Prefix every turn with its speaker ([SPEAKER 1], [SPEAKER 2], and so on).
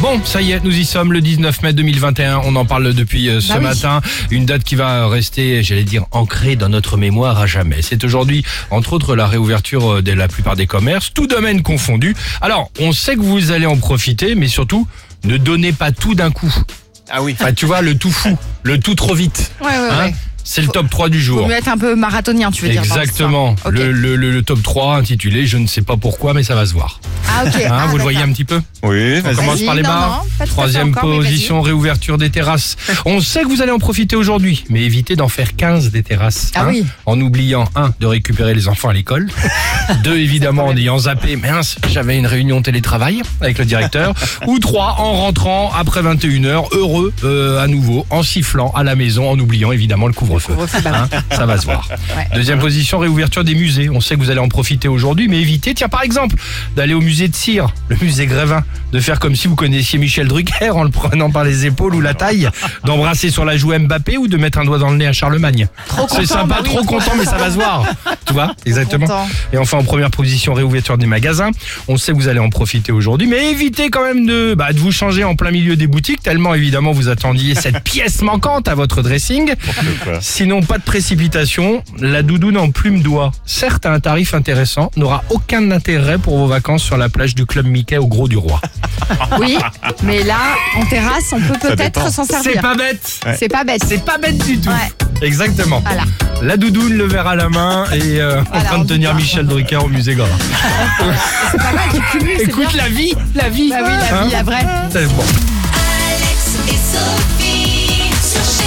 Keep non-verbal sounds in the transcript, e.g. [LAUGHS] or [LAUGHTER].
[SPEAKER 1] Bon, ça y est, nous y sommes le 19 mai 2021. On en parle depuis euh, ce
[SPEAKER 2] Bah oui.
[SPEAKER 1] matin. Une date qui va rester, j'allais dire, ancrée dans notre mémoire à jamais. C'est aujourd'hui, entre autres, la réouverture euh, de la plupart des commerces, tout domaine confondu. Alors, on sait que vous allez en profiter, mais surtout, ne donnez pas tout d'un coup.
[SPEAKER 3] Ah oui.
[SPEAKER 1] Enfin, tu vois, le tout fou, le tout trop vite.
[SPEAKER 2] Ouais, ouais,
[SPEAKER 1] hein.
[SPEAKER 2] ouais.
[SPEAKER 1] C'est le top 3 du
[SPEAKER 2] Faut
[SPEAKER 1] jour.
[SPEAKER 2] mieux être un peu marathonien, tu veux dire. par
[SPEAKER 1] Exactement.
[SPEAKER 2] l'histoire. Ok.
[SPEAKER 1] Le, le- le- le top 3 intitulé Je ne sais pas pourquoi, mais ça va se voir.
[SPEAKER 2] Ah, ok.
[SPEAKER 1] Hein,
[SPEAKER 2] Ah,
[SPEAKER 1] vous le voyez
[SPEAKER 2] d'accord.
[SPEAKER 1] un petit peu
[SPEAKER 3] Oui,
[SPEAKER 1] On
[SPEAKER 3] vas-y.
[SPEAKER 1] commence par les
[SPEAKER 2] non,
[SPEAKER 1] bars.
[SPEAKER 2] non, pas tout à fait
[SPEAKER 1] Troisième
[SPEAKER 2] encore, mais
[SPEAKER 1] position, réouverture des terrasses. On sait que vous allez en profiter aujourd'hui, mais évitez d'en faire 15 des terrasses. hein,
[SPEAKER 2] Ah oui.
[SPEAKER 1] En oubliant, un, de récupérer les enfants à
[SPEAKER 2] [LAUGHS]
[SPEAKER 1] l'école. Deux, évidemment, en ayant zappé, mince, j'avais une réunion télétravail avec le
[SPEAKER 2] [LAUGHS]
[SPEAKER 1] directeur. Ou trois, en rentrant après 21h, heureux euh, à nouveau, en sifflant à la maison, en oubliant évidemment le couvre-feu.
[SPEAKER 2] couvre-feu, bah
[SPEAKER 1] Hein, ça va se voir.
[SPEAKER 2] [LAUGHS] Ouais.
[SPEAKER 1] Deuxième position, réouverture des musées. On sait que vous allez en profiter aujourd'hui, mais évitez, tiens par exemple, d'aller au musée de Cire, le musée Grévin, de faire comme si vous connaissiez Michel Drucker en le prenant par les épaules ou la taille, d'embrasser sur la joue Mbappé ou de mettre un doigt dans le nez à Charlemagne. C'est
[SPEAKER 2] content,
[SPEAKER 1] sympa,
[SPEAKER 2] bah oui,
[SPEAKER 1] trop
[SPEAKER 2] trop
[SPEAKER 1] content, mais ça va se
[SPEAKER 2] [LAUGHS]
[SPEAKER 1] voir. Tu vois, Ah, exactement.
[SPEAKER 2] content.
[SPEAKER 1] Et enfin, en première position, réouverture des magasins. On sait que vous allez en profiter aujourd'hui, mais évitez quand même de, bah, de vous changer en plein milieu des boutiques, tellement évidemment vous attendiez cette [LAUGHS] pièce manquante à votre dressing.
[SPEAKER 3] quoi.
[SPEAKER 1] Sinon, pas de précipitation. La doudoune en plume d'oie, certes à un tarif intéressant, n'aura aucun intérêt pour vos vacances sur la plage du club Mickey au Gros du Roi.
[SPEAKER 2] Oui, mais là, en terrasse, on peut
[SPEAKER 3] dépend.
[SPEAKER 2] peut-être s'en
[SPEAKER 1] C'est
[SPEAKER 2] servir.
[SPEAKER 1] pas bête
[SPEAKER 2] C'est pas bête.
[SPEAKER 1] C'est pas bête du tout
[SPEAKER 2] Ouais,
[SPEAKER 1] Exactement.
[SPEAKER 2] voilà.
[SPEAKER 1] La doudoune, le verre à la main et euh, en
[SPEAKER 2] Voilà,
[SPEAKER 1] train de
[SPEAKER 2] on
[SPEAKER 1] tenir
[SPEAKER 2] dit pas.
[SPEAKER 1] Michel Drucker au musée Grévin.
[SPEAKER 2] C'est pas mal, tu cumules, c'est bien.
[SPEAKER 1] Écoute la vie, la vie.
[SPEAKER 2] Bah oui, la
[SPEAKER 1] Hein
[SPEAKER 2] vie, la vraie.
[SPEAKER 1] C'est bon.
[SPEAKER 4] Alex et Sophie sur Chérie